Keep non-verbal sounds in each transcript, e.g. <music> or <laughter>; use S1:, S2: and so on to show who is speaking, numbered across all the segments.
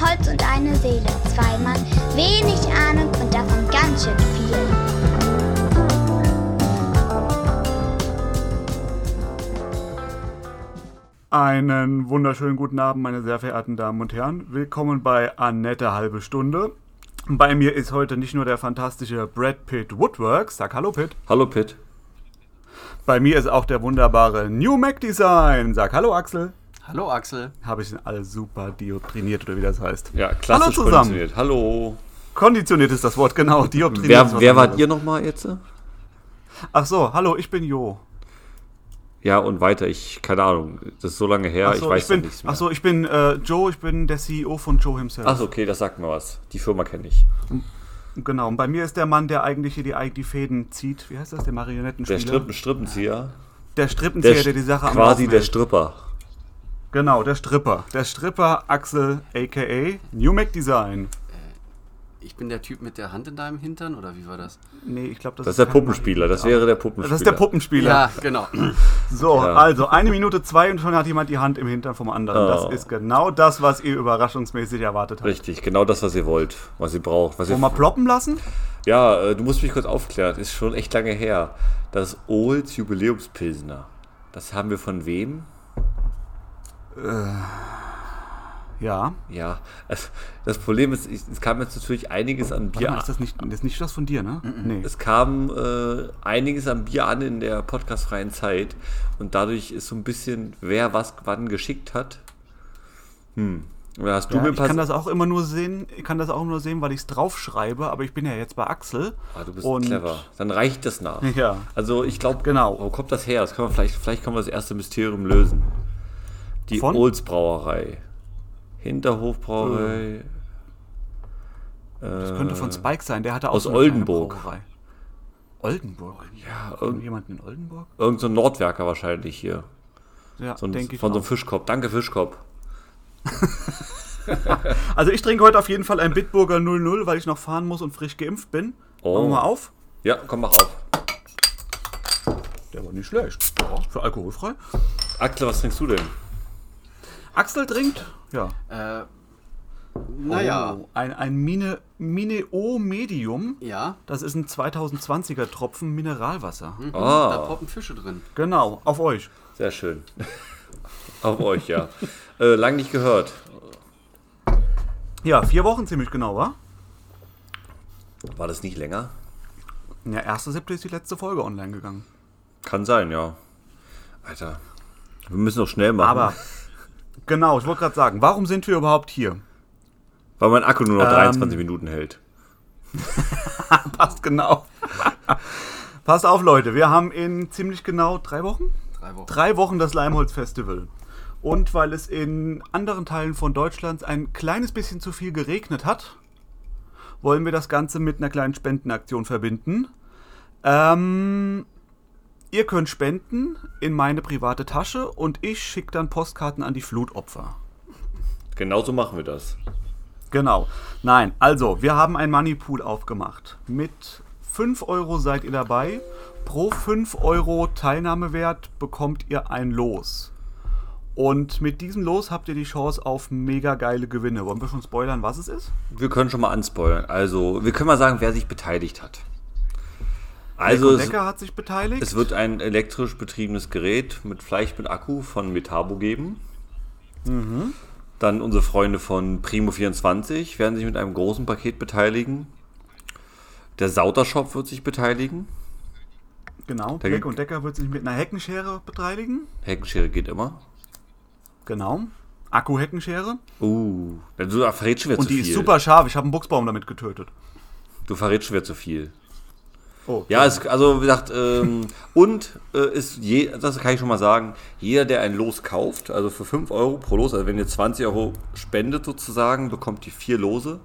S1: Holz und eine Seele. Zwei Mann, wenig Ahnung und davon ganz schön viel.
S2: Einen wunderschönen guten Abend, meine sehr verehrten Damen und Herren. Willkommen bei Annette Halbe Stunde. Bei mir ist heute nicht nur der fantastische Brad Pitt Woodworks. Sag Hallo Pitt.
S3: Hallo Pitt.
S2: Bei mir ist auch der wunderbare New Mac Design. Sag Hallo Axel.
S4: Hallo Axel.
S2: Habe ich denn alle super dioptriniert oder wie das heißt?
S3: Ja, klassisch
S2: Hallo zusammen.
S3: konditioniert. Hallo.
S2: Konditioniert ist das Wort, genau. Dioptriniert. ist
S3: Wer,
S2: was
S3: wer
S2: anderes.
S3: wart ihr nochmal jetzt?
S2: Ach so, hallo, ich bin Jo.
S3: Ja, und weiter. Ich, keine Ahnung. Das ist so lange her,
S2: Ach
S3: ich
S2: so,
S3: weiß
S2: bin,
S3: noch nichts mehr.
S2: ach so, ich bin äh, Joe, ich bin der CEO von Joe himself.
S3: Ach so, okay, das sagt mir was. Die Firma kenne ich.
S2: Genau, und bei mir ist der Mann, der eigentlich hier die, eig- die Fäden zieht. Wie heißt das? Der Marionettenspieler?
S3: Der Strippen, Strippenzieher.
S2: Der Strippenzieher, der,
S3: Sch-
S2: die Sache am
S3: Quasi
S2: Laufen
S3: der
S2: hält.
S3: Stripper.
S2: Genau, der Stripper. Der Stripper Axel, a.k.a. New Mac Design.
S4: Ich bin der Typ mit der Hand in deinem Hintern oder wie war das?
S2: Nee, ich glaube, das,
S3: Das ist der
S2: kein
S3: Puppenspieler. Das wäre der Puppenspieler.
S2: Das ist der Puppenspieler.
S4: Ja,
S2: <clears throat>
S4: genau.
S2: So,
S3: Ja.
S2: also eine Minute zwei und schon hat jemand die Hand im Hintern vom anderen.
S3: Oh.
S2: Das ist genau das, was ihr überraschungsmäßig erwartet habt.
S3: Richtig, genau das, was ihr wollt, was ihr braucht. Was ihr
S2: Wollen wir ploppen lassen?
S3: ja, äh, du musst mich kurz aufklären. Ist schon echt lange her. Das Olds Jubiläumspilsner. Das haben wir von wem?
S2: Ja.
S3: Ja, <laughs> es- das Problem ist, ich- es kam jetzt natürlich einiges an
S2: Warte
S3: Bier
S2: mal, ist das nicht das, ist nicht das von dir, ne? Nee.
S3: Es kam äh, einiges an Bier an in der podcastfreien Zeit und dadurch ist so ein bisschen, wer was wann geschickt hat. Hm. Oder hast du
S2: Ja,
S3: mir
S2: ich
S3: ein paar-
S2: kann das auch immer nur sehen, ich kann das auch nur sehen, weil ich es draufschreibe, aber ich bin ja jetzt bei Axel.
S3: ah, du bist
S2: und-
S3: clever. Dann reicht das nach.
S2: <laughs> Ja.
S3: Also ich glaube,
S2: Genau.
S3: wo kommt das her? Das können wir vielleicht, vielleicht können wir das erste Mysterium lösen. Die
S2: Von?
S3: Olds Brauerei. Hinterhofbrauerei.
S2: Hm. Das könnte von Spike sein, der hatte auch
S3: Äh, aus
S2: so eine kleine
S3: Oldenburg.
S2: Brauerei. Oldenburg? Ja, irgendjemand in Oldenburg?
S3: Äh, Irgend so ein Nordwerker wahrscheinlich hier.
S2: Ja,
S3: So ein,
S2: denke ich.
S3: von so
S2: auch.
S3: <laughs> einem Fischkopf. Danke, Fischkopf.
S2: Also ich trinke heute auf jeden Fall ein Bitburger 00, weil ich noch fahren muss und frisch geimpft bin.
S3: Oh.
S2: Machen wir mal auf.
S3: Ja, komm, mach auf.
S2: Der war nicht schlecht. für alkoholfrei.
S3: Axel, was trinkst du denn?
S2: Axel trinkt. Ja.
S4: äh, naja,
S2: Oh, ein ein Mine, Mineo Medium.
S4: ja,
S2: Das ist ein 2020er Tropfen Mineralwasser.
S3: Hm.
S4: da
S2: Oh.
S4: poppen Fische drin.
S2: Genau, auf euch.
S3: Ah, Sehr schön. <laughs> Auf euch, ja. äh, lang nicht gehört.
S2: Ja, vier Wochen ziemlich genau, wa?
S3: War das nicht länger?
S2: Ja, 1.7. ist die letzte Folge online gegangen.
S3: Kann sein, ja. Alter. Wir müssen doch schnell machen.
S2: Aber, genau, ich wollte gerade sagen, warum sind wir überhaupt hier?
S3: weil mein Akku nur noch
S2: Ähm.
S3: 23 Minuten hält.
S2: Passt genau. Passt auf, Leute, wir haben in ziemlich genau drei Wochen?
S4: Drei Wochen.
S2: Drei Wochen das Leimholz Festival. Und weil es in anderen Teilen von Deutschland ein kleines bisschen zu viel geregnet hat, wollen wir das Ganze mit einer kleinen Spendenaktion verbinden. Ähm, ihr könnt spenden in meine private Tasche und ich schicke dann Postkarten an die Flutopfer.
S3: Genauso machen wir das.
S2: Genau. Nein, also, wir haben einen Moneypool aufgemacht. Mit 5 Euro seid ihr dabei. Pro 5 Euro Teilnahmewert bekommt ihr ein Los. Und mit diesem Los habt ihr die Chance auf mega geile Gewinne. Wollen wir schon spoilern, was es ist?
S3: Wir können schon mal anspoilern. Also, wir können mal sagen, wer sich beteiligt hat. Also,
S2: Nico
S3: es,
S2: Decker hat sich beteiligt.
S3: es wird ein elektrisch betriebenes Gerät mit vielleicht mit Akku von Metabo geben. Dann unsere Freunde von Primo24 werden sich mit einem großen Paket beteiligen. Der Sauter Shop wird sich beteiligen.
S2: genau.
S3: Der-
S2: Black und Decker wird sich mit einer Heckenschere beteiligen.
S3: Heckenschere geht immer.
S2: Genau. Akku-Heckenschere.
S3: Uh, du verrätst schon wieder
S2: Und
S3: zu
S2: die
S3: viel.
S2: ist super scharf. Ich habe einen Buchsbaum damit getötet.
S3: Du verrätst schon wieder zu viel.
S2: Oh,
S3: Ja, es, also wie gesagt, ähm, und äh, ist je, das kann ich schon mal sagen, jeder, der ein Los kauft, also für 5 Euro pro Los, also wenn ihr 20 Euro spendet sozusagen, bekommt ihr vier Lose.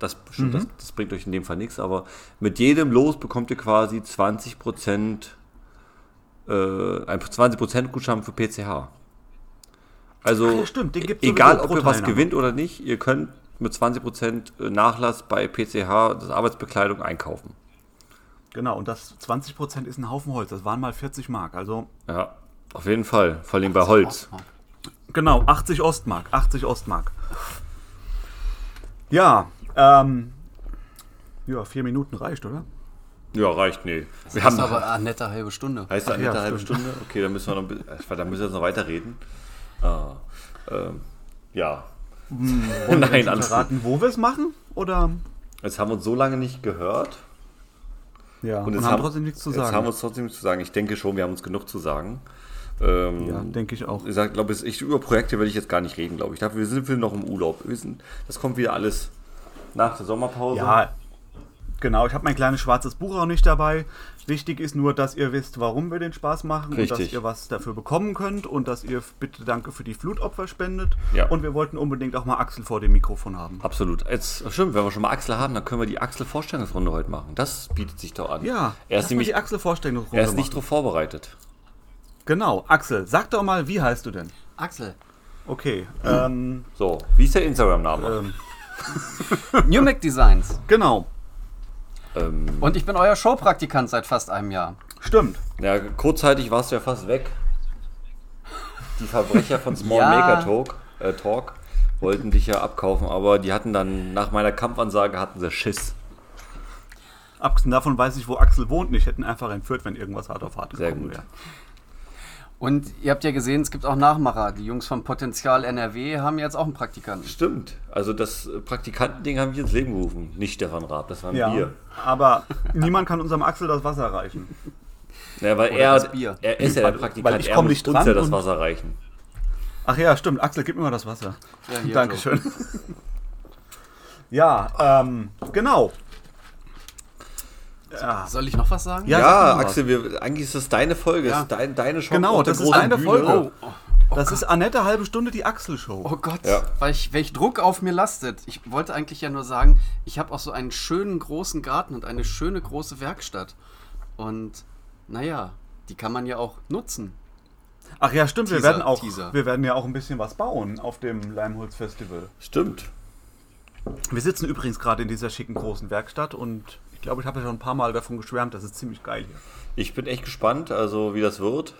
S3: Das, stimmt,
S2: Mhm.
S3: das, das bringt euch in dem Fall nichts, aber mit jedem Los bekommt ihr quasi 20%, äh, ein 20% Gutschein für PCH. Also,
S2: ja, stimmt, den gibt's
S3: egal
S2: sowieso
S3: ob
S2: pro
S3: ihr was
S2: Teilnahme.
S3: gewinnt oder nicht, ihr könnt mit 20% Nachlass bei PCH das Arbeitsbekleidung einkaufen.
S2: genau. Und das 20% ist ein Haufen Holz. Das waren mal 40 Mark. Also
S3: Ja, auf jeden Fall. Vor allem bei Holz.
S2: Genau, 80 Ostmark, 80 Ostmark. Ja, ähm, ja, vier Minuten reicht, oder?
S3: Ja, reicht, nee. Wir
S4: Das
S3: haben
S4: ist aber eine nette halbe Stunde.
S3: Heißt das
S2: ja,
S3: eine halbe
S2: stimmt.
S3: Stunde? Okay, dann müssen wir noch, ein bisschen- Ach, da müssen wir jetzt noch weiterreden. Ah, ähm, ja.
S2: Hm,
S3: <laughs> Oh nein, alles gut.
S2: Verraten, wo wir es machen? Oder?
S3: Jetzt haben wir uns so lange nicht gehört.
S2: Ja, und,
S3: jetzt
S2: haben trotzdem nichts zu
S3: Jetzt haben wir
S2: sagen.
S3: uns trotzdem nichts zu sagen. Ich denke schon, wir haben uns genug zu sagen. Ähm,
S2: Ja, denke ich auch.
S3: Ich sag, glaube, es- ich, über Projekte werde ich jetzt gar nicht reden, glaube ich. Dafür sind wir noch im Urlaub. Wir sind, das kommt wieder alles nach der Sommerpause.
S2: Ja, genau. Ich habe mein kleines schwarzes Buch auch nicht dabei. Wichtig ist nur, dass ihr wisst, warum wir den Spaß machen und
S3: Richtig.
S2: dass ihr was dafür bekommen könnt und dass ihr bitte Danke für die Flutopfer spendet.
S3: Ja.
S2: Und wir wollten unbedingt auch mal Axel vor dem Mikrofon haben.
S3: Absolut. Jetzt, stimmt, wenn wir schon mal Axel haben, dann können wir die Axel-Vorstellungsrunde heute machen. Das bietet sich doch an.
S2: Ja,
S3: er
S2: lass
S3: ist
S2: mal
S3: nämlich
S2: die Axel vorstellen.
S3: er ist nicht darauf vorbereitet.
S2: Genau, Axel, sag doch mal, wie heißt du denn?
S4: Axel.
S2: Okay, ähm,
S3: So, wie ist der Instagram-Name?
S2: ähm,
S4: New Mac Designs.
S2: genau,
S3: Ähm,
S4: Und ich bin euer Showpraktikant seit fast einem Jahr.
S2: stimmt.
S3: ja, kurzzeitig warst du ja fast weg. Die
S2: <laughs>
S3: Verbrecher von Small
S4: Ja.
S3: Maker Talk, äh, Talk wollten dich ja abkaufen, aber die hatten dann, nach meiner Kampfansage, hatten sie Schiss.
S2: Abgesehen davon weiß ich, wo Axel wohnt. Ich hätte ihn einfach entführt, wenn irgendwas hart auf hart
S3: Sehr
S2: gekommen
S3: gut.
S2: wäre.
S4: Und ihr habt ja gesehen, es gibt auch Nachmacher. Die Jungs von Potenzial NRW haben jetzt auch einen Praktikanten.
S3: Stimmt. Also das äh, Praktikantending haben wir ins Leben gerufen. Nicht Stefan Raab, das waren
S2: Ja,
S3: wir.
S2: aber <laughs> niemand kann unserem Axel das Wasser reichen.
S3: Naja, weil
S4: Oder
S3: er,
S4: das Bier.
S3: er ist ja der Praktikant,
S2: weil ich
S3: er
S2: komm
S3: muss
S2: nicht
S3: uns
S2: dran
S3: ja das
S2: und-
S3: Wasser reichen.
S2: Ach ja, stimmt. Axel, gib mir mal das Wasser.
S4: Ja, hier,
S2: Dankeschön. <laughs> ja, ähm, genau.
S4: Soll ich noch was sagen?
S2: Ja,
S3: Ja,
S2: sag mal was.
S3: Axel, wir, eigentlich ist das deine Folge,
S4: Ja.
S3: das ist dein, deine Chance.
S2: Genau,
S3: auf der
S2: das ist
S3: großen
S2: eine
S3: Bühne.
S2: Folge. das ist Annette halbe Stunde die Axel-Show.
S4: Oh Gott,
S3: Ja.
S4: weil ich, welch Druck auf mir lastet. Ich wollte eigentlich ja nur sagen, ich habe auch so einen schönen großen Garten und eine schöne große Werkstatt. Und naja, die kann man ja auch nutzen.
S2: Ach ja, stimmt, wir
S4: Teaser,
S2: werden, auch,
S4: Teaser.
S2: wir werden ja auch ein bisschen was bauen auf dem Leimholz-Festival.
S3: Stimmt.
S2: Wir sitzen übrigens gerade in dieser schicken großen Werkstatt und ich glaube, ich habe ja schon ein paar Mal davon geschwärmt. Das ist ziemlich geil hier.
S3: Ich bin echt gespannt, also wie das wird.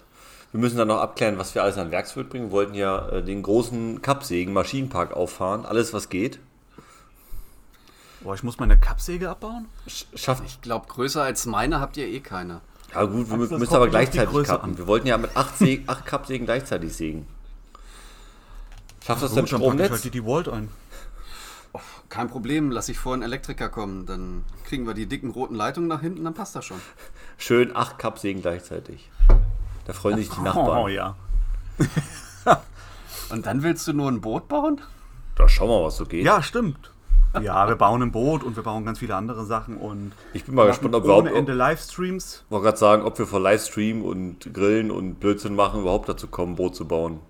S3: Wir müssen dann noch abklären, was wir alles an Werksfeld bringen. Wir wollten ja äh, den großen Kappsägen, Maschinenpark auffahren, alles was geht.
S2: Boah, ich muss meine Kappsäge abbauen? Oh,
S3: Sch schafft
S4: Ich glaube, größer als meine habt ihr eh keine.
S3: Ja gut, wir
S2: Axel, das
S3: müssen
S2: kommt
S3: aber
S2: nicht auf die
S3: gleichzeitig
S2: Größe
S3: kappen.
S2: an.
S3: Wir wollten ja mit acht, Sägen, acht Kappsägen gleichzeitig sägen. Schafft das dein
S2: Gut, dann packe ich
S3: Stromnetz?
S2: halt die, die Volt ein.
S4: Kein Problem, lass ich vor einen Elektriker kommen. Dann kriegen wir die dicken roten Leitungen nach hinten, dann passt das schon.
S3: Schön acht Kappsägen gleichzeitig. Da freuen sich die Nachbarn.
S2: Oh, oh ja.
S4: Und dann willst du nur ein Boot bauen?
S3: Da schauen wir mal, was so geht.
S2: Ja, stimmt. Ja, wir bauen ein Boot und wir bauen ganz viele andere Sachen und
S3: Ich bin mal gespannt, ob wir
S2: ohne
S3: ob-
S2: Ende Livestreams.
S3: Ich wollte gerade sagen, ob wir vor Livestream und Grillen und Blödsinn machen überhaupt dazu kommen, Boot zu bauen.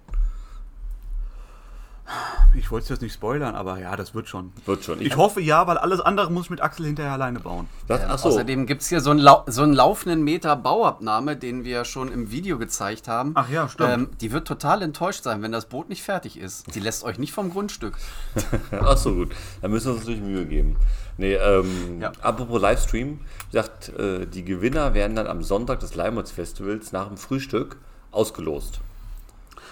S2: Ich wollte es jetzt nicht spoilern, aber ja, das wird schon.
S3: Wird schon.
S2: Ich hoffe ja, weil alles andere muss ich mit Axel hinterher alleine bauen.
S3: das, ach so.
S4: Außerdem gibt es hier so einen, Lau so einen laufenden Meter Bauabnahme, den wir schon im Video gezeigt haben. Ähm,
S2: Ach ja, stimmt.
S4: die wird total enttäuscht sein, wenn das Boot nicht fertig ist. Die lässt euch nicht vom Grundstück.
S3: <laughs> Ach so, gut. Dann müssen wir uns natürlich Mühe geben. Nee, ähm,
S4: Ja.
S3: apropos Livestream, wie gesagt, äh, die Gewinner werden dann am Sonntag des Leimholz-Festivals nach dem Frühstück ausgelost.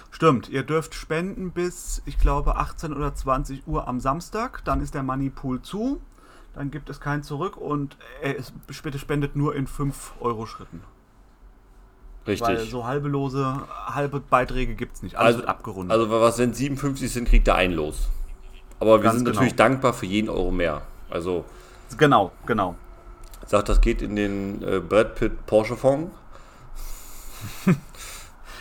S2: Stimmt, ihr dürft spenden bis, ich glaube, 18 oder 20 Uhr am Samstag. Dann ist der Money Pool zu. Dann gibt es kein Zurück und äh, es bitte spendet nur in 5-Euro-Schritten. Weil
S3: Richtig.
S2: so halbe Lose, halbe Beiträge gibt es nicht. Alles
S3: also,
S2: wird abgerundet.
S3: also was wenn 57 sind, kriegt er ein Los. Aber wir
S2: Ganz
S3: sind
S2: genau.
S3: natürlich dankbar für jeden Euro mehr. Also,
S2: genau, genau.
S3: sagt, das geht in den äh, Brad Pitt Porsche Fonds.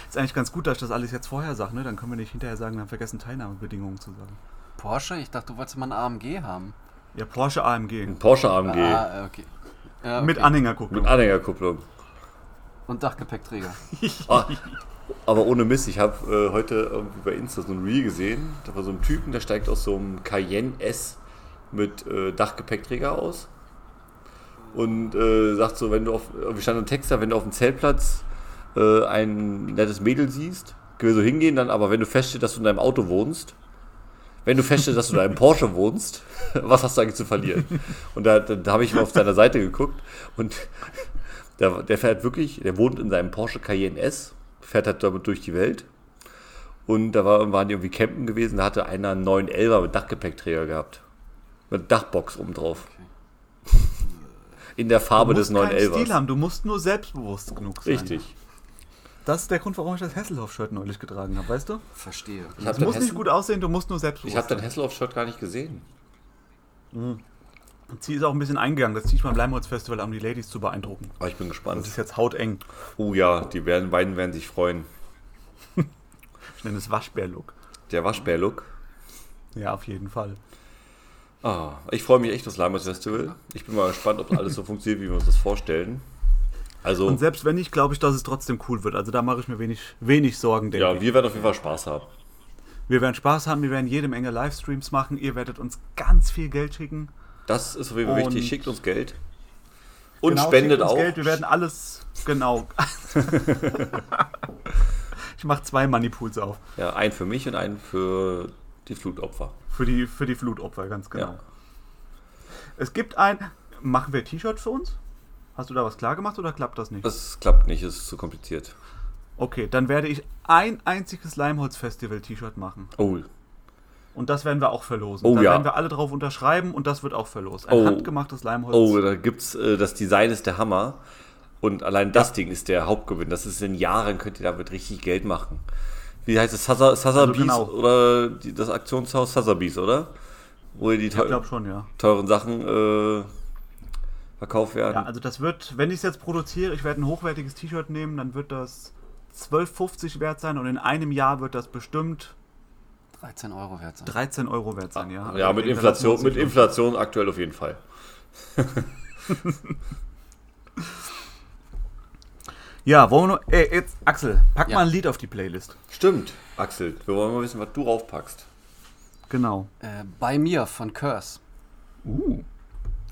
S2: Ist eigentlich ganz gut, dass ich das alles jetzt vorher sage, ne? Dann können wir nicht hinterher sagen, wir haben vergessen, Teilnahmebedingungen zu sagen.
S4: Porsche? Ich dachte, du wolltest mal ein AMG haben.
S2: Ja, Porsche AMG.
S3: Porsche AMG.
S4: Ah, okay. Ja, okay.
S2: Mit
S3: Mit
S2: Anhängerkupplung.
S3: Anhängerkupplung.
S2: <laughs>
S4: Und Dachgepäckträger.
S3: Ah, aber ohne Mist, ich habe äh, heute irgendwie bei Insta so ein Reel gesehen. Da war so ein Typen, der steigt aus so einem Cayenne S mit äh, Dachgepäckträger aus. Und äh, sagt so, wenn du auf, wie stand ein Text da, wenn du auf dem Zeltplatz äh, ein nettes Mädel siehst, will so hingehen, dann aber wenn du feststellst, dass du in deinem Auto wohnst, wenn du feststellst, dass du in einem Porsche wohnst, <laughs> was hast du eigentlich zu verlieren? Und da, da, da habe ich mal auf seiner Seite geguckt und <laughs> der, der fährt wirklich, der wohnt in seinem Porsche Cayenne S, fährt halt damit durch die Welt. Und da war, waren die irgendwie campen gewesen, da hatte einer einen neuen Elber mit Dachgepäckträger gehabt. Mit Dachbox oben drauf. In der Farbe des neuen
S2: keinen Stil
S3: Elvers.
S2: haben, du musst nur selbstbewusst genug sein.
S3: Richtig.
S2: Das ist der Grund, warum ich das Hasselhoff-Shirt neulich getragen habe, weißt du?
S4: Verstehe.
S3: Ich habe
S2: Du
S3: dein,
S2: musst nicht
S3: Hessen,
S2: gut aussehen, du musst nur
S3: ich
S2: selbstbewusst
S3: hab dein Hasselhoff-Shirt gar nicht gesehen.
S2: sein. Sie ist auch ein bisschen eingegangen, das ziehe ich beim Leimholz-Festival, um die Ladies zu beeindrucken.
S3: Aber Ah, ich bin
S2: Das
S3: gespannt.
S2: ist jetzt hauteng.
S3: Oh ja, die werden, beiden werden sich freuen.
S2: Ich nenne es Waschbär-Look.
S3: Der Waschbär-Look.
S2: Ja, auf jeden Fall.
S3: Ah, ich freue mich echt aufs Limehouse Festival. Ich bin mal gespannt, ob <laughs> alles so funktioniert, wie wir uns das vorstellen. Also,
S2: Und selbst wenn nicht, glaube ich, dass es trotzdem cool wird. Also da mache ich mir wenig, wenig Sorgen, denke
S3: ja,
S2: ich.
S3: wir werden auf jeden Fall Spaß haben.
S2: Wir werden Spaß haben, wir werden jede Menge Livestreams machen, ihr werdet uns ganz viel Geld schicken.
S3: Das ist auf jeden Fall wichtig.
S2: Und-
S3: Schickt uns Geld. Und
S2: Genau,
S3: spendet
S2: schickt uns
S3: auch.
S2: Geld, wir werden alles, genau. <laughs> ich mache zwei Moneypools auf.
S3: Ja, einen für mich und einen für die Flutopfer.
S2: Für die, für die Flutopfer, ganz genau.
S3: Ja.
S2: Es gibt ein. Machen wir T-Shirts für uns? Hast du da was klar gemacht oder klappt das nicht?
S3: Das klappt nicht, es ist zu kompliziert.
S2: Okay, dann werde ich ein einziges Leimholz-Festival-T-Shirt machen.
S3: Oh,
S2: Und das werden wir auch verlosen.
S3: Oh
S2: da
S3: ja.
S2: werden wir alle drauf unterschreiben und das wird auch verlost. Ein
S3: Oh.
S2: handgemachtes Leimholz.
S3: oh da gibt's, äh, das Design ist der Hammer. Und allein das Ding ist der Hauptgewinn. Das ist in Jahren, könnt ihr damit richtig Geld machen. Wie heißt es? Sasa- Sotheby's
S2: genau.
S3: oder die, das Aktionshaus Sotheby's, oder? Wo ihr die
S2: Ich glaube schon, ja.
S3: teuren Sachen äh, verkauft werden.
S2: Ja, also das wird, wenn ich es jetzt produziere, ich werde ein hochwertiges T-Shirt nehmen, dann wird das 12,50 wert sein und in einem Jahr wird das bestimmt
S4: 13 Euro wert sein.
S2: 13 Euro wert sein, ja. Also da
S3: ja, mit
S2: lassen wir
S3: Inflation,
S2: uns
S3: mit
S2: nicht
S3: Inflation aktuell auf jeden Fall.
S2: Ja, wollen wir noch. Ey, jetzt, Axel, pack
S4: Ja.
S2: mal ein Lied auf die Playlist.
S3: Stimmt, Axel. Wir wollen mal wissen, was du raufpackst.
S2: Genau.
S4: Äh, bei mir von Curse.
S2: Uh,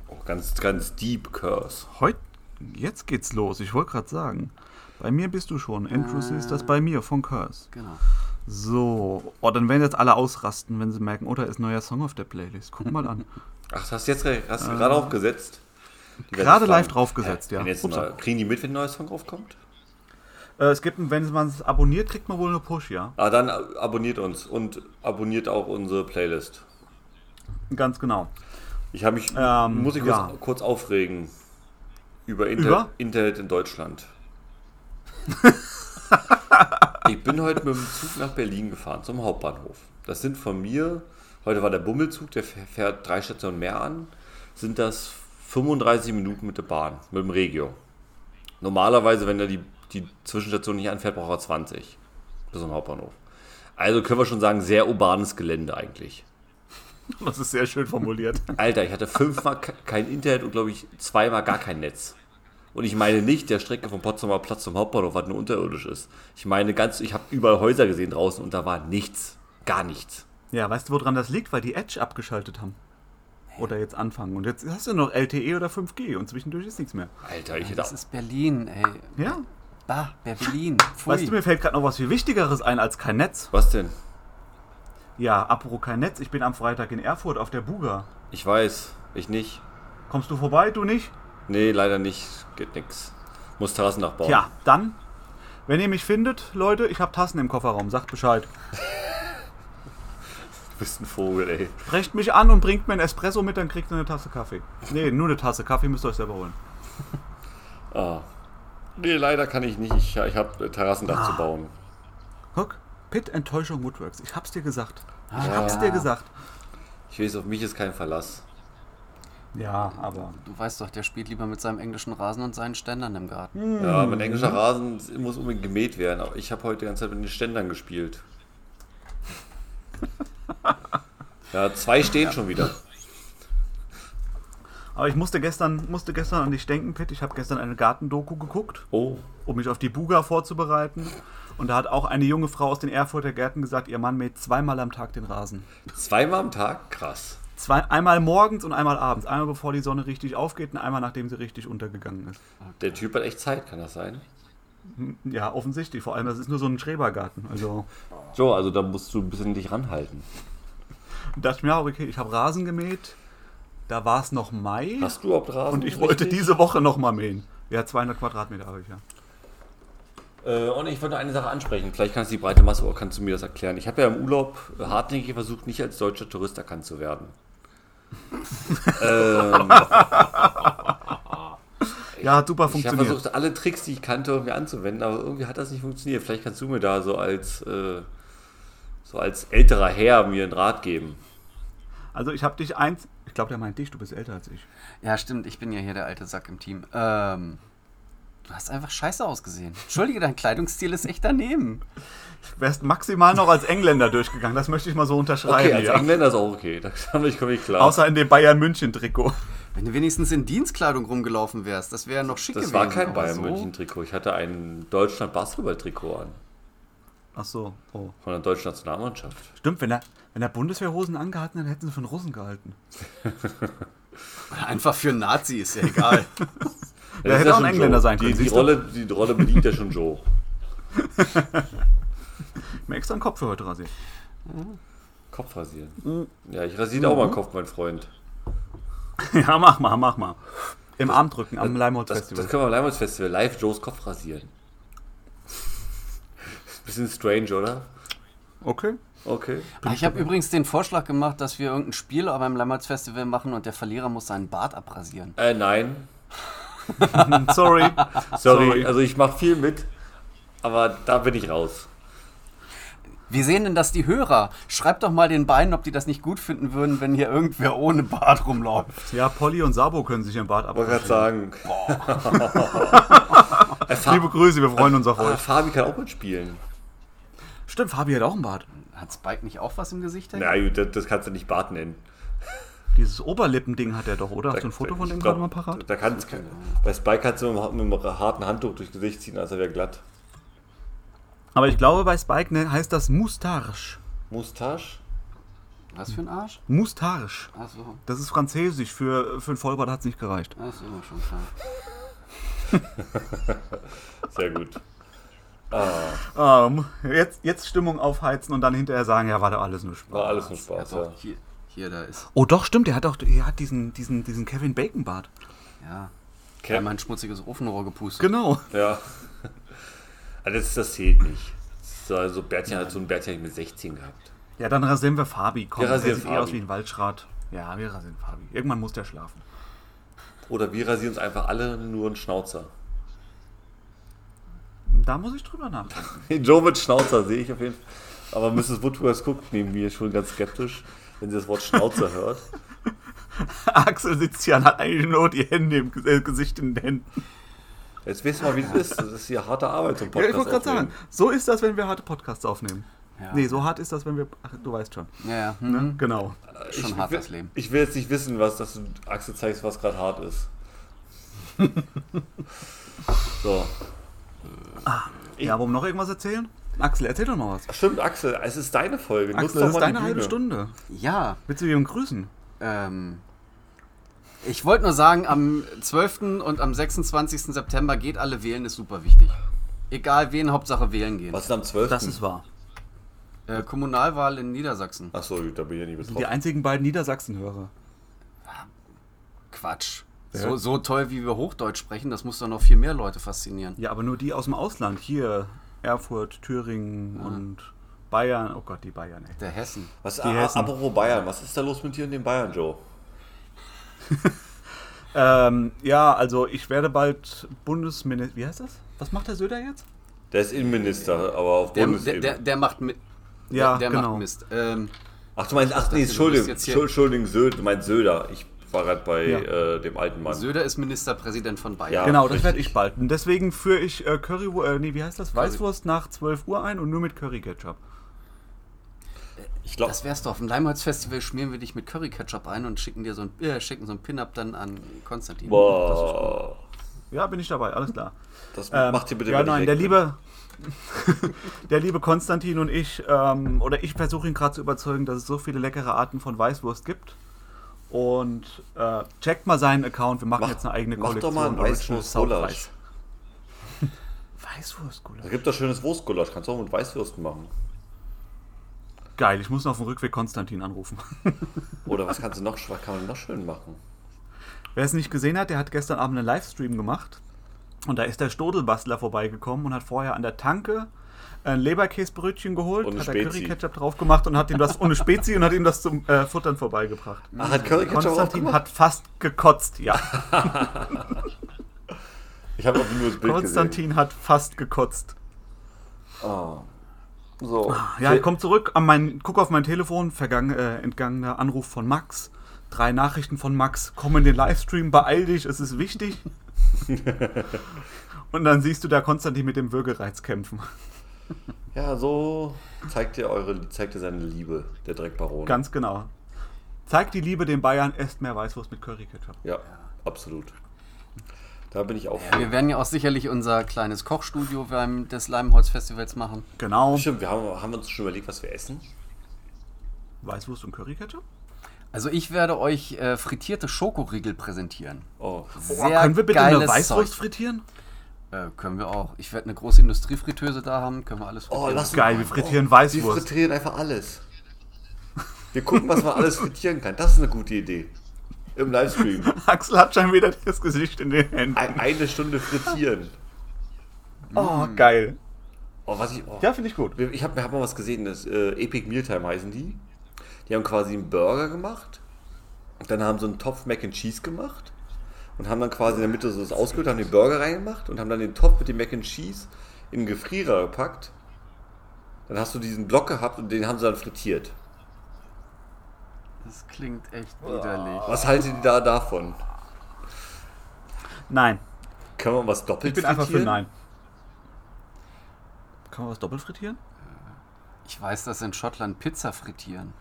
S3: Oh, ganz, ganz deep Curse.
S2: heute. Jetzt geht's los, ich wollte gerade sagen. Bei mir bist du schon. Andrews ist das bei mir von Curse.
S4: Genau.
S2: So. Oh, dann werden jetzt alle ausrasten, wenn sie merken, oh, da ist ein neuer Song auf der Playlist. Guck mal an.
S3: Ach, das hast du jetzt re- hast du gerade aufgesetzt? Die werden
S2: Ah. Gerade
S3: fragen,
S2: live draufgesetzt,
S3: äh,
S2: ja.
S3: wenn Jetzt
S2: Upsa.
S3: mal, kriegen die mit, wenn ein neuer Song raufkommt?
S2: Äh, es gibt, ein- wenn man es abonniert, kriegt man wohl eine Push, ja.
S3: Ah, dann ab- abonniert uns und abonniert auch unsere Playlist.
S2: Ganz genau. <laughs>
S3: Ich habe mich,
S2: Ähm,
S3: muss ich kurz,
S2: ja.
S3: kurz aufregen, über, Inter
S2: Über?
S3: Internet
S2: <laughs>
S3: in Deutschland. ich bin heute mit dem Zug nach Berlin gefahren, zum Hauptbahnhof. Das sind von mir, heute war der Bummelzug, der fähr- fährt drei Stationen mehr an, sind das 35 Minuten mit der Bahn, mit dem Regio. Normalerweise, wenn er die, die Zwischenstation nicht anfährt, braucht er 20 bis zum Hauptbahnhof. Also können wir schon sagen, sehr urbanes Gelände eigentlich.
S2: Das ist sehr schön formuliert.
S3: Alter, ich hatte fünfmal ke- kein Internet und glaube ich zweimal gar kein Netz. Und ich meine nicht der Strecke vom Potsdamer Platz zum Hauptbahnhof, was nur unterirdisch ist. Ich meine ganz, ich habe überall Häuser gesehen draußen und da war nichts. Gar nichts.
S2: Ja, weißt du, woran das liegt? Weil die Edge abgeschaltet haben. Oder jetzt anfangen. Und jetzt hast du noch LTE oder 5G und zwischendurch ist nichts mehr.
S3: Alter, ich hätte
S4: Das
S3: auch.
S4: ist Berlin, ey.
S2: Ja.
S4: Bah, Berlin. Pfui.
S2: Weißt du, mir fällt gerade noch was viel Wichtigeres ein als kein Netz.
S3: Was denn?
S2: Ja, apropos kein Netz, ich bin am Freitag in Erfurt auf der Buga.
S3: Ich weiß, ich nicht.
S2: Kommst du vorbei, du nicht?
S3: Nee, leider nicht. Geht nix. Muss Terrassen nachbauen.
S2: Tja, dann. Wenn ihr mich findet, Leute, ich habe Tassen im Kofferraum, sagt Bescheid.
S3: Du bist ein Vogel, ey.
S2: Sprecht mich an und bringt mir einen Espresso mit, dann kriegt ihr eine Tasse Kaffee. Nee, nur eine Tasse Kaffee müsst ihr euch selber holen.
S3: Ah. Nee, leider kann ich nicht. Ich, ich habe
S4: Ah.
S3: Terrassendach zu bauen.
S2: Guck, Pit Enttäuschung Woodworks. Ich hab's dir gesagt. Ich hab's dir gesagt.
S3: Ich weiß, auf mich ist kein Verlass.
S2: Ja, aber.
S4: Du weißt doch, der spielt lieber mit seinem englischen Rasen und seinen Ständern im Garten.
S3: Ja, mein englischer Rasen muss unbedingt gemäht werden. Aber ich habe heute die ganze Zeit mit den Ständern <laughs> gespielt. Ja, zwei stehen schon wieder.
S2: Aber ich musste gestern, musste gestern an dich denken, Pitt. Ich habe gestern eine Gartendoku geguckt,
S3: Oh,
S2: um mich auf die Buga vorzubereiten. Und da hat auch eine junge Frau aus den Erfurter Gärten gesagt, ihr Mann mäht zweimal am Tag den Rasen.
S3: zweimal am Tag? Krass.
S2: Zwei, einmal morgens und einmal abends. Einmal bevor die Sonne richtig aufgeht und einmal nachdem sie richtig untergegangen ist.
S3: Der Typ hat echt Zeit, kann das sein?
S2: Ja, offensichtlich. Vor allem, das ist nur so ein Schrebergarten. Also
S3: So, also da musst du ein bisschen dich ranhalten.
S2: dachte ich mir, ja, okay, ich habe Rasen gemäht. Da war es noch Mai.
S3: Hast du überhaupt Rasen?
S2: Und ich wollte
S3: richtig?
S2: diese Woche nochmal mähen. Ja, 200 Quadratmeter habe ich ja.
S3: Äh, und ich wollte eine Sache ansprechen. Vielleicht kannst du die breite Masse, oder kannst du mir das erklären? Ich habe ja im Urlaub hartnäckig versucht, nicht als deutscher Tourist erkannt zu werden. ähm,
S2: Ja, hat super
S3: ich habe
S2: funktioniert.
S3: versucht, alle Tricks, die ich kannte, irgendwie anzuwenden, aber irgendwie hat das nicht funktioniert. Vielleicht kannst du mir da so als, äh, so als älterer Herr mir einen Rat geben.
S2: Also ich habe dich eins. Ich glaube, der meint dich, du bist älter als ich.
S4: Ja, stimmt, ich bin ja hier der alte Sack im Team. Ähm, du hast einfach scheiße ausgesehen. Entschuldige, dein Kleidungsstil ist echt daneben.
S2: Wärst maximal noch als Engländer durchgegangen, das möchte ich mal so
S3: Okay,
S2: unterschreiben.
S3: als
S2: ja.
S3: Engländer ist auch okay. Da komme ich, komm ich klar.
S2: Außer in dem Bayern München Trikot.
S4: Wenn du wenigstens in Dienstkleidung rumgelaufen wärst, das wäre noch schick
S3: das
S4: gewesen.
S3: war kein
S4: aber
S3: Bayern
S4: so-
S3: München-Trikot. Ich hatte ein Deutschland-Basketball-Trikot an.
S2: Ach so. Oh.
S3: Von der deutschen Nationalmannschaft.
S2: Stimmt, wenn er, wenn er Bundeswehrhosen angehalten hätte, hätten sie von Russen gehalten.
S4: Einfach für Nazi ist
S3: <laughs>
S4: ja egal.
S3: Der
S2: hätte auch ein Engländer sein können,
S3: Die, die,
S2: siehst du?
S3: Rolle, die Rolle bedient ja schon Joe.
S2: Ich mir extra einen Kopf für heute rasiert. <laughs>
S3: Kopf rasieren.
S2: Mhm.
S3: Ja, ich rasiere auch mal Kopf, mein Freund.
S2: ja, mach mal, mach mal. Im Arm drücken am
S3: Das,
S2: Leimhaut-Festival.
S3: das können wir beim Leimholz Festival live Joes Kopf rasieren. <laughs> Bisschen strange, oder?
S2: Okay.
S3: Okay.
S4: Ah, ich habe übrigens den Vorschlag gemacht, dass wir irgendein Spiel beim Lammerts Festival machen und der Verlierer muss seinen Bart abrasieren.
S3: Äh, nein.
S2: Hm, Sorry.
S3: Sorry.
S2: Sorry.
S3: Also ich mache viel mit, aber da bin ich raus.
S4: Wie sehen denn das die Hörer? Schreibt doch mal den beiden, ob die das nicht gut finden würden, wenn hier irgendwer ohne Bart rumläuft.
S2: Ja, Polly und Sabo können sich im Bart
S3: Wollte gerade
S2: ab.
S3: sagen. Äh, Fa-
S2: Liebe Grüße, wir freuen uns auf
S3: ah, <laughs>
S2: euch.
S3: Fabi kann auch mitspielen.
S2: Stimmt, Fabi hat auch einen Bart.
S4: Hat Spike nicht auch was im Gesicht? hängen?
S3: Na gut, das, das kannst du nicht Bart nennen.
S2: Dieses Oberlippending hat er doch, oder? Hast du ein Foto von
S3: Ich
S2: dem
S3: glaub,
S2: gerade mal parat?
S3: Da kann's, bei Spike kannst du mit einem harten Handtuch durchs Gesicht ziehen, also wäre glatt.
S2: Aber ich glaube, bei Spike ne, heißt das Moustache.
S3: Mustache?
S4: Was für ein Arsch?
S2: Moustache.
S4: Achso,
S2: Das ist französisch. Für, für einen Vollbart hat es nicht gereicht.
S4: das ist immer schon klar.
S3: Sehr gut.
S2: Ähm, jetzt, jetzt Stimmung aufheizen und dann hinterher sagen, ja, war doch alles nur Spaß.
S3: War alles ein Spaß,
S4: Ja,
S2: also
S3: ja.
S4: doch, Also hier, hier, da ist.
S2: Oh doch, stimmt, der hat auch der hat diesen, diesen, diesen Kevin Bacon Bart.
S4: Ja.
S3: Ke-
S4: Einmal ein schmutziges Ofenrohr gepustet.
S2: Genau.
S3: Ja. <laughs> Also das, das zählt nicht. So, also Bärtchen hat so ein Bärtchen mit 16 gehabt.
S2: Ja, dann rasieren wir Fabi. Komm,
S3: Wir rasieren
S2: der sieht eh
S3: Fabi.
S2: aus wie ein Waldschrat. Ja, wir rasieren Fabi. Irgendwann muss der schlafen.
S3: Oder wir rasieren uns einfach alle nur einen Schnauzer.
S2: Da muss ich drüber nachdenken.
S3: Joe mit Schnauzer sehe ich auf jeden Fall. Aber Mrs. Woodworth guckt neben mir schon ganz skeptisch, wenn sie das Wort Schnauzer hört.
S2: <laughs> Axel sitzt hier und hat eigentlich nur die Hände im Ges- äh, Gesicht in den Händen.
S3: Jetzt weißt du mal, wie das ist. Das ist hier harte Arbeit zum
S2: Ja,
S3: Podcast.
S2: ich wollte gerade sagen,
S3: aufnehmen.
S2: so ist das, wenn wir harte Podcasts aufnehmen.
S4: Ja.
S2: Nee, so hart ist das, wenn wir. Ach, du weißt schon.
S4: Ja, ja. Hm.
S2: Genau.
S4: Schon
S3: Ne? ich,
S4: hart
S3: will-
S4: das Leben.
S3: Ich will jetzt nicht wissen, was, dass du Axel zeigst, was gerade hart ist. so.
S2: Ja, warum noch irgendwas erzählen? Axel, erzähl doch mal was.
S3: Stimmt, Axel, es ist deine Folge. Nutz
S2: Axel,
S3: doch
S2: das ist
S3: mal die
S2: deine halbe
S3: Bühne.
S2: Stunde.
S4: Ja,
S2: Willst du jemanden grüßen?
S4: ähm. Ich wollte nur sagen, am 12. und am 26. September geht alle wählen, ist super wichtig. Egal wen, Hauptsache wählen gehen.
S3: Was ist denn am 12.?
S2: wahr.
S4: Äh, Kommunalwahl in Niedersachsen.
S3: Achso, gut, da bin ich ja nicht betroffen.
S2: Die einzigen beiden Niedersachsen-Hörer.
S4: Quatsch.
S2: Ja.
S4: So, so toll, wie wir Hochdeutsch sprechen, das muss doch noch viel mehr Leute faszinieren.
S2: Ja, aber nur die aus dem Ausland. Hier, Erfurt, Thüringen und Bayern. Oh Gott, die Bayern, ey.
S4: Der Hessen.
S3: Was,
S2: Die
S3: a,
S2: Hessen.
S3: apropos Bayern, was ist da los mit dir und den Bayern, Joe?
S2: Ähm, ja, also ich werde bald Bundesminister. Wie heißt das? Was macht der Söder jetzt?
S3: Der ist Innenminister, aber auf
S4: Der, der,
S3: Bundesebene.
S4: der, der macht mit.
S2: Ja,
S4: der, der
S2: genau.
S4: macht Mist. Ähm,
S3: ach, du meinst, ach nee,
S4: dachte, du
S3: Entschuldigung,
S4: bist jetzt hier-
S3: Entschuldigung, Entschuldigung, Söder, du meinst Söder. Ich war gerade bei
S2: Ja.
S3: äh, dem alten Mann.
S4: Söder ist Ministerpräsident von Bayern.
S3: Ja.
S2: genau, das werde
S3: richtig.
S2: ich bald. Und deswegen führe ich äh, Currywurst, äh, nee, wie heißt das?
S4: Curry.
S2: Weißwurst nach 12 Uhr ein und nur mit Curry-Ketchup.
S3: Ich glaube,
S4: Das wär's doch. Auf dem Leimholz-Festival schmieren wir dich mit Curry-Ketchup ein und schicken dir so ein, äh, schicken so ein Pin-Up dann an Konstantin.
S3: boah,
S2: Ja, bin ich dabei, alles klar.
S3: das,
S2: Ähm,
S3: macht ihr bitte
S2: ja,
S3: wenn ich
S2: nein,
S3: weg ne?
S2: der
S3: bin.
S2: liebe, <laughs> der liebe Konstantin und ich, ähm, oder ich versuche ihn gerade zu überzeugen, dass es so viele leckere Arten von Weißwurst gibt. Und äh, checkt mal seinen Account, wir machen
S3: Mach-
S2: jetzt eine eigene
S3: mach doch
S2: Kollektion.
S3: mal einen
S2: Original
S3: Weißwurst-
S2: South
S3: Gulasch.
S2: Weiß. <laughs> Weißwurst-Gulasch.
S3: Da gibt es schönes Wurstgulasch, kannst du auch mit Weißwürsten machen.
S2: Geil, ich muss noch auf dem Rückweg Konstantin anrufen. <laughs>
S3: Oder was kannst du noch, was kann man noch schön machen?
S2: Wer es nicht gesehen hat, der hat gestern Abend einen Livestream gemacht. Und da ist der Stodelbastler vorbeigekommen und hat vorher an der Tanke ein Leberkäsebrötchen geholt,
S3: Und eine
S2: hat da
S3: Spezi.
S2: Curry-Ketchup drauf gemacht und hat ihm das ohne Spezi und hat ihm das zum äh, Futtern vorbeigebracht.
S3: Ach, Ah, hat Curry Ketchup auch
S2: Konstantin
S3: gemacht?
S2: hat fast gekotzt, ja.
S3: Ich habe auch nur das Bild
S2: Konstantin hat fast gekotzt.
S3: gesehen. Oh. So.
S2: Ja, komm zurück, an mein, guck auf mein Telefon, vergangen, äh, entgangener Anruf von Max. Drei Nachrichten von Max, komm in den Livestream, beeil dich, es ist
S3: <laughs>
S2: wichtig. Und dann siehst du da Konstantin mit dem Würgereiz kämpfen.
S3: Ja, so zeigt ihr, eure, zeigt ihr seine Liebe, der Dreckbaron.
S2: Ganz genau. Zeig die Liebe den Bayern, esst mehr Weißwurst mit Curry-Ketchup.
S3: Ja, absolut. Da bin ich auch.
S4: Ja, wir werden ja auch sicherlich unser kleines Kochstudio beim des Leimholz-Festivals machen.
S2: Genau,
S3: Stimmt, wir haben, haben wir uns schon überlegt, was wir essen.
S2: Weißwurst und Curry-Ketchup.
S4: Also ich werde euch äh, frittierte Schokoriegel präsentieren.
S3: Oh,
S2: Boah, können wir bitte eine Weißwurst frittieren?
S4: Äh, können wir auch. Ich werde eine große Industriefritteuse da haben, können wir alles
S3: oh
S4: frittieren.
S3: lass uns-
S2: Geil, wir frittieren
S3: Wir
S2: Weißwurst.
S3: frittieren einfach alles. Wir gucken, was man alles frittieren kann. Das ist eine gute Idee. Im Livestream.
S2: Axel hat schon wieder das Gesicht in den Händen.
S3: Ein, Mm. eine Stunde frittieren.
S2: Oh, geil.
S3: Oh, was ich. Oh.
S2: Ja, finde ich gut.
S3: Wir- Ich habe hab mal was gesehen, das äh, Epic Mealtime heißen die. Die haben quasi einen Burger gemacht. Und dann haben so einen Topf Mac and Cheese gemacht. Und haben dann quasi in der Mitte so das ausgehört, haben den Burger reingemacht und haben dann den Topf mit dem Mac and Cheese in den Gefrierer gepackt. Dann hast du diesen Block gehabt und den haben sie dann frittiert.
S4: Das klingt echt widerlich.
S3: Was haltet ihr da davon?
S2: Nein.
S3: Können wir was doppelt
S2: Ich bin einfach für
S3: frittieren?
S2: Nein. Kann man was doppelt frittieren?
S4: Ich weiß, dass in Schottland Pizza frittieren.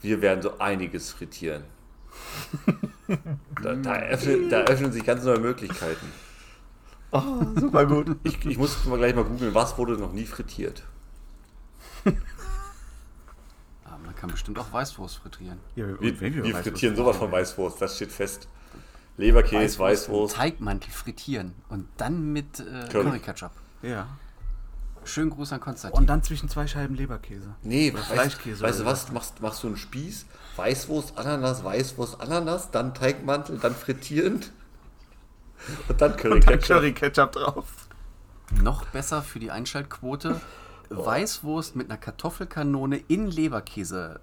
S3: Wir werden so einiges
S2: <laughs>
S3: frittieren. da, da, öffnen, da öffnen sich ganz neue Möglichkeiten.
S2: Super gut.
S3: Ich, ich muss mal gleich mal googeln, was wurde noch nie frittiert?
S4: Ah, man kann bestimmt auch Weißwurst frittieren.
S2: Ja, und
S3: Wir,
S2: wenn
S3: wir,
S2: Weißwurst
S3: frittieren sowas von Weißwurst, das steht fest. Leberkäse, Weißwurst.
S4: Teigmantel frittieren und dann mit äh,
S3: Curry.
S4: Curry-Ketchup.
S2: Ja.
S4: Schönen Gruß an Konstantin.
S2: Und dann zwischen zwei Scheiben Leberkäse.
S3: Nee,
S2: Oder
S3: weißt,
S2: Fleischkäse.
S3: weißt du
S2: oder
S3: was? Machst, machst du einen Spieß? Weißwurst, Ananas, Weißwurst, Ananas, dann Teigmantel, dann frittieren. <laughs> Und dann Curry
S2: Und dann
S3: Ketchup.
S2: Curry-Ketchup drauf.
S4: Noch besser für die Einschaltquote. Weißwurst mit einer Kartoffelkanone in Leberkäse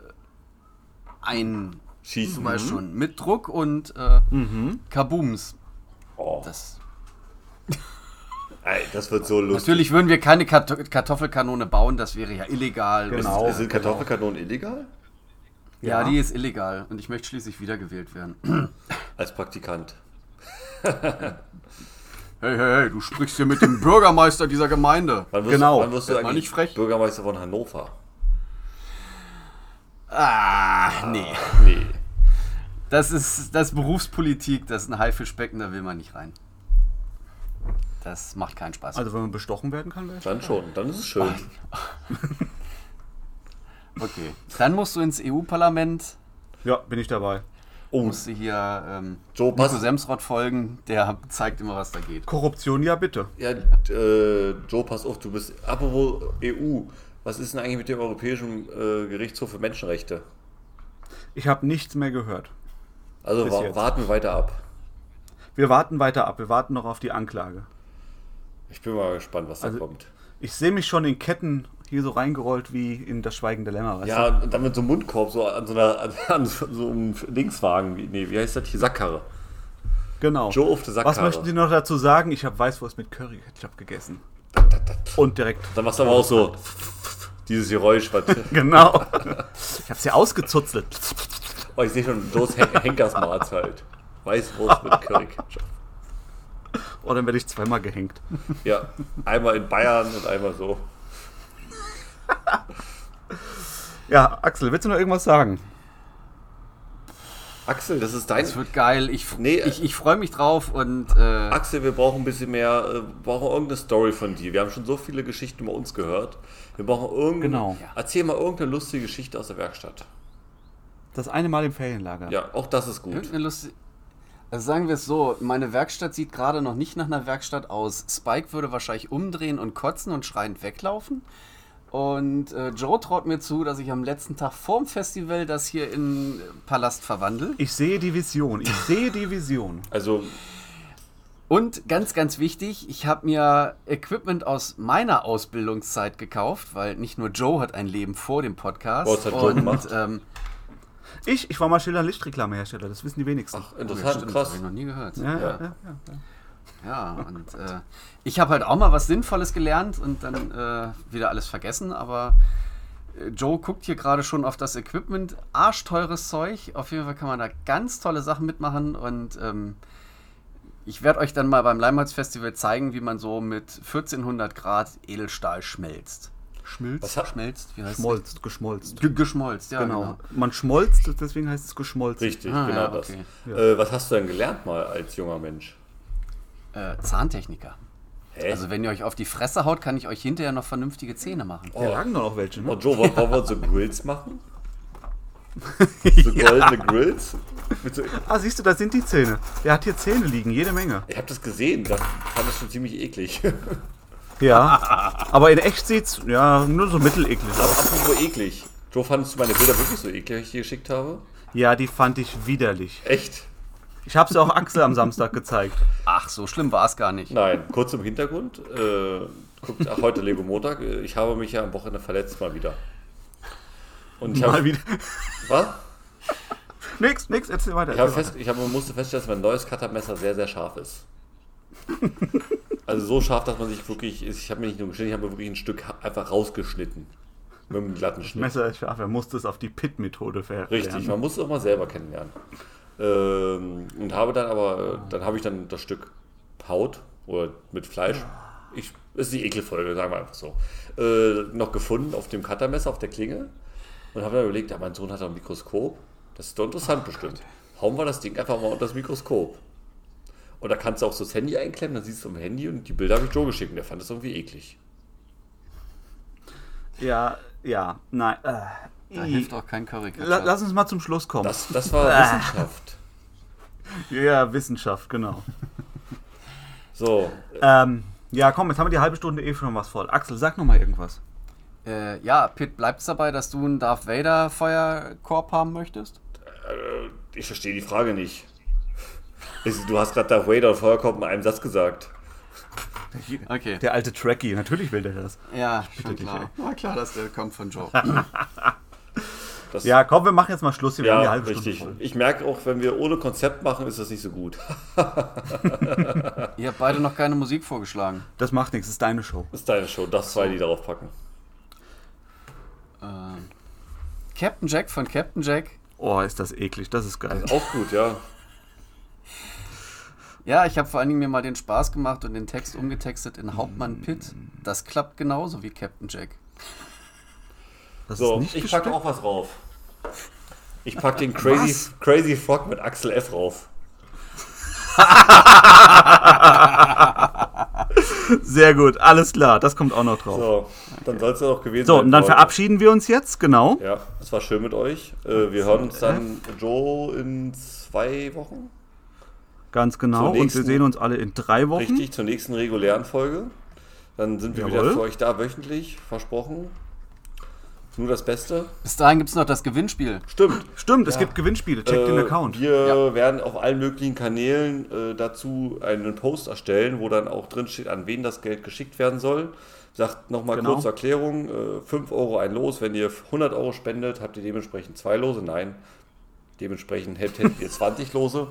S4: ein.
S3: Schießen.
S4: Zum Beispiel schon. Mit Druck und äh, Kabooms.
S3: Oh,
S4: Das,
S3: ey, das wird so lustig.
S4: natürlich würden wir keine Karto Kartoffelkanone bauen, das wäre ja illegal.
S3: Ist,
S2: Genau.
S3: sind Kartoffelkanonen illegal?
S4: Ja,
S2: Ja.
S4: die ist illegal und ich möchte schließlich wiedergewählt werden. <clears throat>
S3: Als Praktikant.
S4: Hey, hey, hey, du sprichst hier mit dem Bürgermeister dieser Gemeinde.
S3: Wann wirst
S2: Genau.
S3: Du, wann wirst du
S4: Werd mal
S3: eigentlich
S4: nicht frech.
S3: Bürgermeister von Hannover?
S4: Ah, nee.
S3: Nee.
S4: Das ist das ist Berufspolitik, das ist ein Haifischbecken, da will man nicht rein. Das macht keinen Spaß.
S2: Also wenn man bestochen werden kann, wäre
S3: Dann schon, dann ist es schön.
S4: Okay. Dann musst du ins EU-Parlament,
S2: Ja, bin ich dabei.
S3: Oh,
S4: musst du hier ähm,
S3: Joe,
S4: Nico
S3: pass-
S4: Semsrott folgen, der zeigt immer, was da geht.
S2: Korruption, ja bitte.
S3: Ja, äh, Joe, pass auf, du bist. Apropos EU, was ist denn eigentlich mit dem Europäischen äh, Gerichtshof für Menschenrechte?
S2: Ich habe nichts mehr gehört.
S3: Also
S2: Bis
S3: wa
S2: jetzt.
S3: warten wir weiter ab.
S2: Wir warten weiter ab. Wir warten noch auf die Anklage.
S3: Ich bin mal gespannt, was
S2: Also-
S3: da kommt.
S2: Ich sehe mich schon in Ketten hier so reingerollt wie in das Schweigende Lämmer. Weißt
S3: Ja, und dann mit so einem Mundkorb, so an so einer an, <laughs> an so einem Linkswagen, wie, nee, wie heißt das hier? Sackkarre.
S2: du? Genau.
S3: Joe auf der Sackkarre.
S2: Was möchten Sie noch dazu sagen? Ich habe Weißwurst mit Curry-Ketchup gegessen. Und direkt. <laughs>
S3: Dann machst du aber auch so dieses Geräusch, was.
S2: Genau. Ich habe sie ausgezuzelt.
S3: Oh, ich sehe schon bloß
S4: <laughs>
S3: Hen Henkersmarz halt. Weißwurst mit Curry Ketchup.
S2: Oh, dann werde ich zweimal gehängt.
S3: Ja, einmal in Bayern und einmal so.
S2: Ja, Axel, willst du noch irgendwas sagen?
S3: Axel, das ist dein.
S4: Das wird geil, ich,
S3: Nee, äh-
S4: ich, ich freue mich drauf und äh,
S3: Axel, wir brauchen ein bisschen mehr, äh, wir brauchen irgendeine Story von dir. Wir haben schon so viele Geschichten über uns gehört. Wir brauchen irgendeine.
S2: Genau.
S3: Erzähl mal irgendeine lustige Geschichte aus der Werkstatt.
S2: Das eine Mal im Ferienlager.
S3: Ja, auch das ist gut.
S4: Irgendeine Lust. Also sagen wir es so, meine Werkstatt sieht gerade noch nicht nach einer Werkstatt aus. Spike würde wahrscheinlich umdrehen und kotzen und schreiend weglaufen. Und äh, Joe traut mir zu, dass ich am letzten Tag vorm Festival das hier in äh, Palast verwandle.
S2: <laughs> Ich sehe die Vision. Ich sehe die Vision.
S3: Also,
S4: Und ganz, ganz wichtig, ich habe mir Equipment aus meiner Ausbildungszeit gekauft, weil nicht nur Joe hat ein Leben vor dem Podcast.
S3: Boah, Oh, das hat Joe gemacht.
S4: ähm,
S2: Ich, ich war mal Schiller- und Lichtreklamehersteller, das wissen die wenigsten.
S3: Interessant,
S4: stimmt, Das
S3: krass.
S4: habe ich noch nie gehört.
S2: ja,
S3: ja.
S2: ja. Ja, ja.
S4: Ja, und äh, ich habe halt auch mal was Sinnvolles gelernt und dann äh, wieder alles vergessen, aber äh, Joe guckt hier gerade schon auf das Equipment. Arschteures Zeug. Auf jeden Fall kann man da ganz tolle Sachen mitmachen und ähm, ich werde euch dann mal beim Leimholz-Festival zeigen, wie man so mit 1400 Grad Edelstahl schmelzt.
S3: Was
S4: Schmilzt?
S3: hat-
S4: Schmelzt? Wie heißt
S2: Geschmolzt, geschmolzt.
S4: das? Ge geschmolzt, ja.
S2: genau.
S4: Genau.
S2: Man schmolzt, deswegen heißt es geschmolzt.
S3: Richtig,
S4: Ah,
S3: genau
S4: ja,
S3: das.
S4: okay.
S3: Äh, was hast du denn gelernt mal als junger Mensch?
S4: Äh, Zahntechniker.
S3: Hä?
S4: Also, wenn ihr euch auf die Fresse haut, kann ich euch hinterher noch vernünftige Zähne machen.
S2: Hier lagen doch noch welche,
S3: Oh,
S2: ne?
S3: Joe, wollen wollen wir so Grills <laughs> machen? So goldene Grills? Mit so-
S2: Ah, siehst du, da sind die Zähne. Der hat hier Zähne liegen, jede Menge.
S3: <laughs> Ich habe das gesehen, das fand das schon ziemlich eklig. <laughs>
S2: Ja. Aber in echt sieht's, ja, nur so mitteleklig.
S3: Aber apropos eklig. Joe, fandest du meine Bilder wirklich so eklig, die ich dir geschickt habe?
S2: Ja, die fand ich widerlich.
S3: Echt?
S2: Ich hab's ja auch Axel am Samstag
S3: <laughs>
S2: gezeigt.
S4: Ach, so schlimm war es gar nicht.
S3: Nein, kurz im Hintergrund. Äh, guckt, ach, heute Lego Montag. Äh, Ich habe mich ja am Wochenende verletzt mal wieder. Und ich
S2: Mal
S3: habe.
S2: wieder.
S3: <laughs> Was?
S2: Nix, nix, erzähl weiter.
S3: Ich, habe
S2: erzähl
S3: fest, ich habe, musste feststellen, dass mein neues Cuttermesser sehr, sehr scharf ist. Also so scharf, dass man sich wirklich. Ich habe mir nicht nur geschnitten, ich habe mir wirklich ein Stück ha- einfach rausgeschnitten. Mit einem glatten
S2: weiter.
S3: Schnitt.
S2: Messer ist scharf, er musste es auf die Pit-Methode verhören.
S3: Richtig, man muss es auch mal selber kennenlernen. Ähm, und habe dann aber, dann habe ich dann das Stück Haut oder mit Fleisch, ich, das ist die Ekelfolge, sagen wir einfach so, äh, noch gefunden auf dem Cuttermesser, auf der Klinge. Und habe dann überlegt, ja, mein Sohn hat doch ein Mikroskop, das ist doch interessant bestimmt. Hauen wir das Ding einfach mal unter das Mikroskop. Und da kannst du auch so das Handy einklemmen, dann siehst du im Handy und die Bilder habe ich Joe geschickt und der fand das irgendwie eklig.
S2: Ja, ja, nein. Äh,
S4: Da
S2: i-
S4: hilft auch kein Curry.
S2: La lass uns mal zum Schluss kommen.
S3: Das, das war Wissenschaft.
S2: ja, Wissenschaft, genau. <laughs>
S3: So,
S2: ähm, ja, komm, jetzt haben wir die halbe Stunde eh schon was voll. Axel, sag nochmal irgendwas.
S4: Äh, ja, Pitt, bleibt's dabei, dass du einen Darth Vader Feuerkorb haben möchtest?
S3: Ich verstehe die Frage nicht. Es- Du hast gerade Darth Vader und Feuerkorb in einem Satz gesagt.
S4: Okay.
S2: Der alte Trekkie, natürlich will der das.
S4: Ja, schon
S2: dich, ey.
S4: klar. War klar, dass der kommt von Joe.
S3: Das,
S2: Ja, komm, wir machen jetzt mal Schluss. Wir haben die
S3: ja
S2: halbe
S3: richtig.
S2: Stunde voll.
S3: Ich merke auch, wenn wir ohne Konzept machen, ist das nicht so gut.
S4: <laughs> Ihr habt beide noch keine Musik vorgeschlagen.
S2: Das macht nichts, ist deine Show.
S3: Das ist deine Show, das zwei, die darauf packen.
S4: Ähm, Captain Jack von Captain Jack.
S2: Oh, ist das eklig, das ist geil.
S3: Auch gut, ja.
S4: Ja, ich habe vor allen Dingen mir mal den Spaß gemacht und den Text umgetextet in Hauptmann Pitt. Das klappt genauso wie Captain Jack.
S2: Das
S3: So,
S2: ist nicht
S3: ich packe
S2: gestreckt.
S3: auch was rauf. Ich packe den Crazy, Crazy Frog mit Axel F. rauf.
S2: Sehr gut, alles klar, das kommt auch noch drauf. So,
S3: So, dann soll es ja doch gewesen
S2: und dann
S3: Leute.
S2: verabschieden wir uns jetzt, genau.
S3: Ja, es war schön mit euch. Äh, wir hören uns dann, äh, Joe, in zwei Wochen.
S2: Ganz genau. Und wir
S3: nächsten-
S2: sehen uns alle in drei Wochen.
S3: Richtig, zur nächsten regulären Folge. Dann sind wir wieder
S2: Hm? Jawohl.
S3: für euch da wöchentlich, versprochen. Nur das Beste.
S4: Bis dahin gibt's noch das Gewinnspiel.
S3: Stimmt.
S2: Stimmt, es gibt Gewinnspiele, check den
S3: Äh,
S2: Account.
S3: Wir
S4: Ja.
S3: werden auf allen möglichen Kanälen äh, dazu einen Post erstellen, wo dann auch drin steht, an wen das Geld geschickt werden soll. Sagt nochmal
S2: Genau.
S3: kurz zur Erklärung: äh, 5 Euro ein Los. Wenn ihr 100 Euro spendet, habt ihr dementsprechend zwei Lose. Nein, dementsprechend hätt- hättet ihr 20 Lose.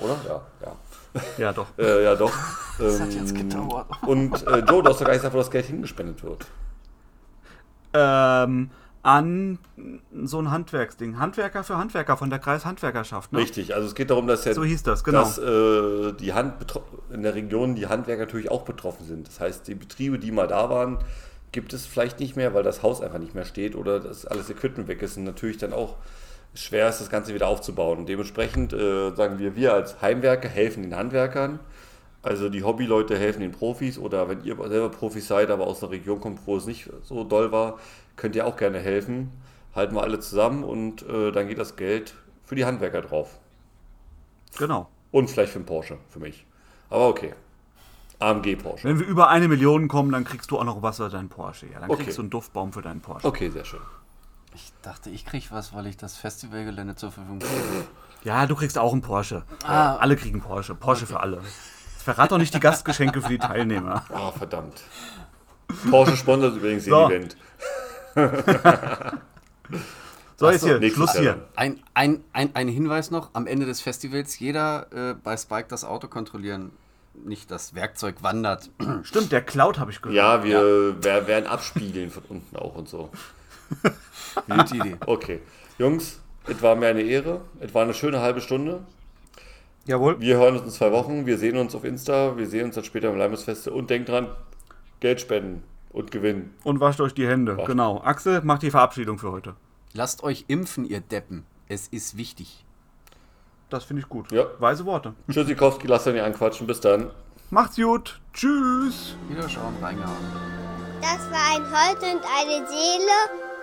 S3: Oder? Ja, ja.
S2: Ja, doch.
S3: Äh, ja, doch. Das
S4: hat jetzt gedauert.
S3: Und äh, Joe, du hast doch gar nicht gesagt, wo das Geld hingespendet wird.
S2: Ähm, an so ein Handwerksding. Handwerker für Handwerker von der Kreishandwerkerschaft. Ne?
S3: Richtig, also es geht darum, dass, ja,
S2: So hieß das, genau.
S3: dass äh, die Hand betro- in der Region die Handwerker natürlich auch betroffen sind. Das heißt, die Betriebe, die mal da waren, gibt es vielleicht nicht mehr, weil das Haus einfach nicht mehr steht oder das alles Equipment weg ist und natürlich dann auch schwer ist, das Ganze wieder aufzubauen. Und dementsprechend äh, sagen wir, wir als Heimwerker helfen den Handwerkern. Also die Hobbyleute helfen den Profis oder wenn ihr selber Profis seid, aber aus einer Region kommt, wo es nicht so doll war, könnt ihr auch gerne helfen. Halten wir alle zusammen und äh, dann geht das Geld für die Handwerker drauf.
S2: Genau.
S3: Und vielleicht für einen Porsche, für mich. Aber okay. AMG Porsche.
S2: Wenn wir über eine Million kommen, dann kriegst du auch noch was für deinen Porsche. Ja, dann
S3: Okay.
S2: kriegst du einen Duftbaum für deinen Porsche.
S3: Okay, sehr schön.
S4: Ich dachte, ich krieg was, weil ich das Festivalgelände zur Verfügung stelle.
S2: Ja, du kriegst auch einen Porsche.
S4: Ah.
S2: Äh, alle kriegen Porsche. Porsche für alle. Das Verrat doch nicht die Gastgeschenke für die Teilnehmer.
S3: Ah, verdammt. Porsche sponsert übrigens
S2: So.
S3: den Event.
S2: So, jetzt hier,
S3: nächstes
S2: Schluss
S3: Jahr
S2: hier.
S3: dann.
S4: Ein, ein, ein, ein Hinweis noch: Am Ende des Festivals jeder äh, bei Spike das Auto kontrollieren, nicht das Werkzeug wandert. <clears throat>
S2: Stimmt, der Cloud habe ich gehört.
S3: Ja, wir wer- werden abspiegeln von unten auch und so.
S4: Gute Idee.
S3: Okay. Jungs, es war mir eine Ehre. Es war eine schöne halbe Stunde.
S2: Jawohl.
S3: Wir hören uns in zwei Wochen. Wir sehen uns auf Insta. Wir sehen uns dann später im Leimesfeste. Und denkt dran, Geld spenden und gewinnen.
S2: Und wascht euch die Hände. Genau. Axel, mach die Verabschiedung für heute.
S4: Lasst euch impfen, ihr Deppen. Es ist wichtig.
S2: Das finde ich gut.
S3: Ja.
S2: Weise Worte.
S3: Tschüssikowski, lasst euch nicht anquatschen. Bis dann.
S2: Macht's gut. Tschüss.
S4: Wieder schauen, reingehauen.
S5: Das war ein Holz und eine Seele.